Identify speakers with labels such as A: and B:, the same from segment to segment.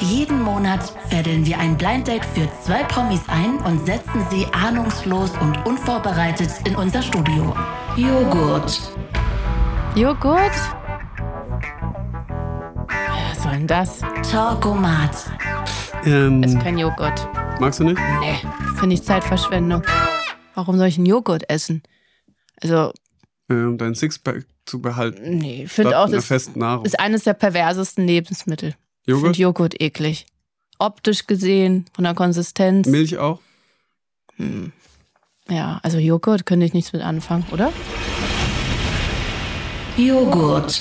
A: Jeden Monat fädeln wir ein Blind Date für zwei Promis ein und setzen sie ahnungslos und unvorbereitet in unser Studio. Joghurt.
B: Joghurt? Was soll denn das?
A: Talkomat.
B: Ist
C: Ähm,
B: kein Joghurt.
C: magst du nicht?
B: Nee, finde ich Zeitverschwendung. Warum soll ich einen Joghurt essen? Also,
C: Äh, Um deinen Sixpack zu behalten.
B: nee, ich
C: statt
B: finde auch,
C: einer
B: das
C: festen Nahrung.
B: ist eines der perversesten Lebensmittel. Ich
C: Joghurt?
B: finde Joghurt eklig. Optisch gesehen, von der Konsistenz.
C: Milch auch?
B: Hm. Ja, also Joghurt könnte ich nichts mit anfangen, oder?
A: Joghurt.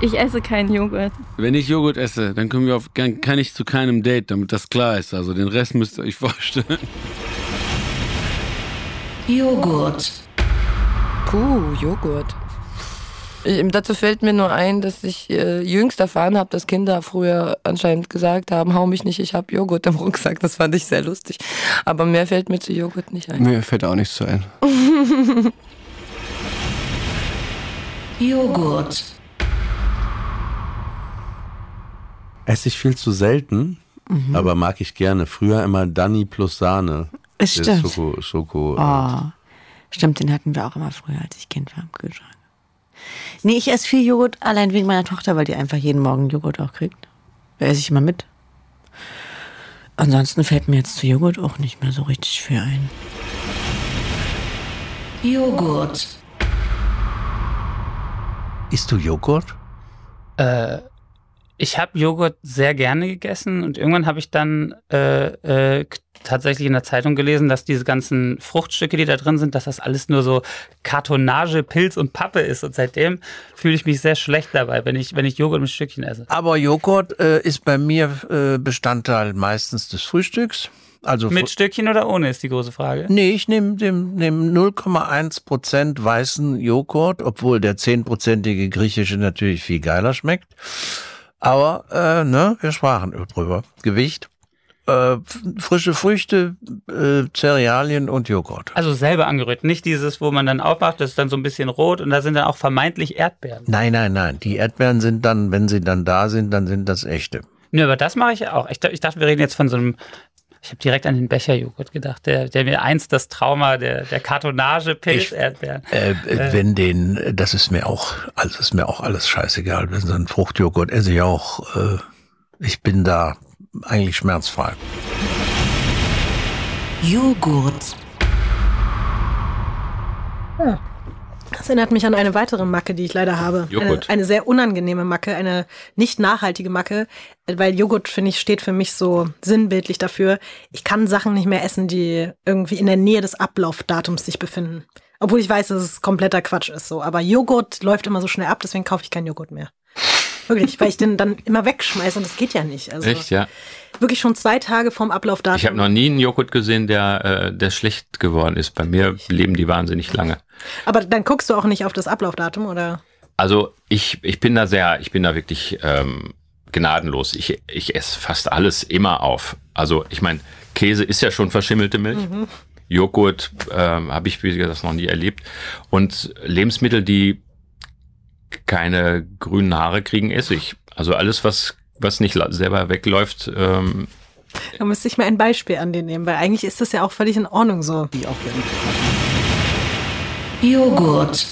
D: Ich esse keinen Joghurt.
E: Wenn ich Joghurt esse, dann können wir auf, kann, kann ich zu keinem Date, damit das klar ist. Also den Rest müsst ihr euch vorstellen.
A: Joghurt.
F: Puh, Joghurt. Ich, dazu fällt mir nur ein, dass ich äh, jüngst erfahren habe, dass Kinder früher anscheinend gesagt haben, hau mich nicht, ich habe Joghurt im Rucksack. Das fand ich sehr lustig. Aber mehr fällt mir zu Joghurt nicht ein.
G: Mir fällt auch nichts zu ein.
A: Joghurt.
H: Esse ich viel zu selten, aber mag ich gerne. Früher immer Dani plus Sahne.
I: Es
H: Der
I: stimmt.
H: Schoko, Schoko. äh.
D: Ah.
I: Oh. Stimmt, den hatten wir auch immer früher, als ich Kind war im Kühlschrank. Nee, ich esse viel Joghurt allein wegen meiner Tochter, weil die einfach jeden Morgen Joghurt auch kriegt. Da esse ich immer mit. Ansonsten fällt mir jetzt zu Joghurt auch nicht mehr so richtig viel ein.
A: Joghurt.
G: Isst du Joghurt?
J: Äh, ich habe Joghurt sehr gerne gegessen und irgendwann habe ich dann äh, äh, k- tatsächlich in der Zeitung gelesen, dass diese ganzen Fruchtstücke, die da drin sind, dass das alles nur so Kartonage, Pilz und Pappe ist. Und seitdem fühle ich mich sehr schlecht dabei, wenn ich, wenn ich Joghurt mit Stückchen esse.
K: Aber Joghurt äh, ist bei mir äh, Bestandteil meistens des Frühstücks. Also
J: Mit Stückchen oder ohne ist die große Frage.
K: Nee, ich nehme nehm, nehm 0,1% weißen Joghurt, obwohl der 10%ige griechische natürlich viel geiler schmeckt. Aber, äh, ne, wir sprachen drüber. Gewicht, äh, f- frische Früchte, äh, Cerealien und Joghurt.
J: Also selber angerührt, nicht dieses, wo man dann aufmacht, das ist dann so ein bisschen rot und da sind dann auch vermeintlich Erdbeeren.
K: Nein, nein, nein. Die Erdbeeren sind dann, wenn sie dann da sind, dann sind das echte.
J: Nö, aber das mache ich auch. Ich, dach- ich dachte, wir reden jetzt von so einem. Ich habe direkt an den Becherjoghurt gedacht, der, der mir einst das Trauma der, der Kartonage Pilz-Erdbeeren.
K: Äh, äh, wenn den, äh, das ist mir auch, also ist mir auch alles scheißegal. Wenn so ein Fruchtjoghurt esse ich auch. Äh, ich bin da eigentlich schmerzfrei.
A: Joghurt.
D: Das erinnert mich an eine weitere Macke, die ich leider habe. Eine,
E: Joghurt.
D: eine sehr unangenehme Macke, eine nicht nachhaltige Macke, weil Joghurt, finde ich, steht für mich so sinnbildlich dafür. Ich kann Sachen nicht mehr essen, die irgendwie in der Nähe des Ablaufdatums sich befinden. Obwohl ich weiß, dass es kompletter Quatsch ist so. Aber Joghurt läuft immer so schnell ab, deswegen kaufe ich keinen Joghurt mehr. Wirklich, weil ich den dann immer wegschmeiße und das geht ja nicht. Also
L: Echt, ja.
D: wirklich schon zwei Tage vorm Ablaufdatum.
L: Ich habe noch nie einen Joghurt gesehen, der, äh, der schlecht geworden ist. Bei mir leben die wahnsinnig lange.
D: Aber dann guckst du auch nicht auf das Ablaufdatum, oder?
L: Also ich, ich bin da sehr, ich bin da wirklich ähm, gnadenlos. Ich, ich esse fast alles immer auf. Also ich meine, Käse ist ja schon verschimmelte Milch.
M: Mhm.
L: Joghurt ähm, habe ich, wie gesagt, noch nie erlebt. Und Lebensmittel, die keine grünen Haare kriegen, esse ich. Also alles, was, was nicht la- selber wegläuft, ähm,
D: Da müsste ich mir ein Beispiel an den nehmen, weil eigentlich ist das ja auch völlig in Ordnung so.
A: Joghurt.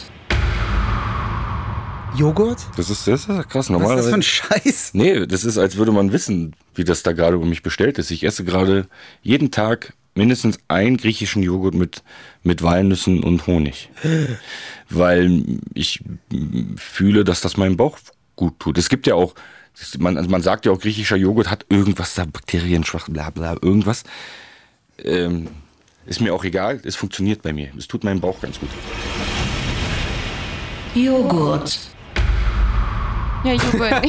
M: Joghurt?
N: Das ist, das ist ja
M: Was ist das
N: krass.
M: für
N: Normalerweise.
M: ein Scheiß?
N: Nee, das ist, als würde man wissen, wie das da gerade über mich bestellt ist. Ich esse gerade jeden Tag mindestens einen griechischen Joghurt mit, mit Walnüssen und Honig. Weil ich mm, fühle, dass das meinem Bauch gut tut. Es gibt ja auch, das- man, also man sagt ja auch, griechischer Joghurt hat irgendwas da, Bakterien schwach, bla bla, irgendwas. Ähm, ist mir auch egal, es funktioniert bei mir. Es tut meinem Bauch ganz gut.
A: Joghurt.
B: Ja, Joghurt.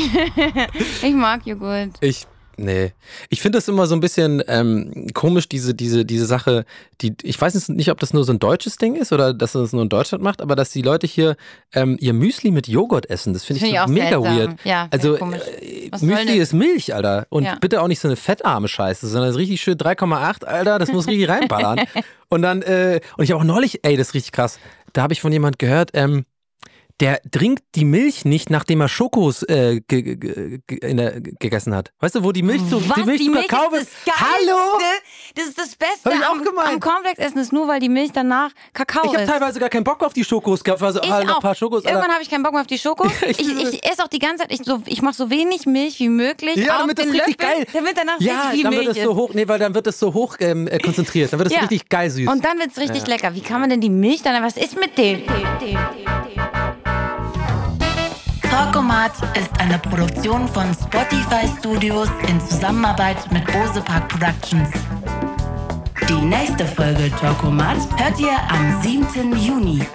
O: ich mag Joghurt.
M: Ich, nee. Ich finde das immer so ein bisschen ähm, komisch, diese, diese, diese Sache, die, ich weiß jetzt nicht, ob das nur so ein deutsches Ding ist oder dass das nur in Deutschland macht, aber dass die Leute hier ähm, ihr Müsli mit Joghurt essen, das finde ich,
O: Finde ich
M: so mega
O: auch seltsam.
M: weird.
O: Ja,
M: also
O: ja, komisch.
M: äh,
O: Was soll
M: Müsli
O: denn?
M: ist Milch, Alter. Und
O: Ja.
M: bitte auch nicht so eine fettarme Scheiße, sondern das ist richtig schön 3,8, Alter, das muss richtig reinballern. Und dann, äh, und ich habe auch neulich, ey, das ist richtig krass, da habe ich von jemand gehört, ähm,
D: der trinkt die Milch nicht, nachdem er Schokos äh, ge ge ge in der, gegessen hat. Weißt du, wo die Milch so
P: Was?
D: die Milch
P: die
D: zu
P: Milch
D: Kakao
P: ist das Geilste.
D: Hallo?
P: Das ist das Beste
D: Hab ich auch
P: am, am Cornflakes-Essen, ist nur, weil die Milch danach Kakao
D: Ich habe
P: ist.
D: teilweise gar keinen Bock auf die Schokos gehabt. Also,
P: Ich
D: ah, noch
P: auch.
D: ein paar Schokos. Alter.
P: Irgendwann habe ich keinen Bock mehr auf die Schoko. ich ich esse auch die ganze Zeit, ich, so, ich mache so wenig Milch wie möglich.
D: Ja,
P: auf
D: damit das
P: den
D: richtig
P: Löffel,
D: geil.
P: Damit danach
D: ja,
P: richtig viel
D: dann
P: Milch
D: wird es
P: ist.
D: so hoch, nee, weil dann wird es so hoch ähm, äh, konzentriert. Dann wird es
P: Ja.
D: richtig geil süß.
P: Und dann wird es richtig lecker. Wie kann man denn die Milch dann, was ist mit dem?
A: Talkomat ist eine Produktion von Spotify Studios in Zusammenarbeit mit Bose Park Productions. Die nächste Folge Talkomat hört ihr am 7. Juni.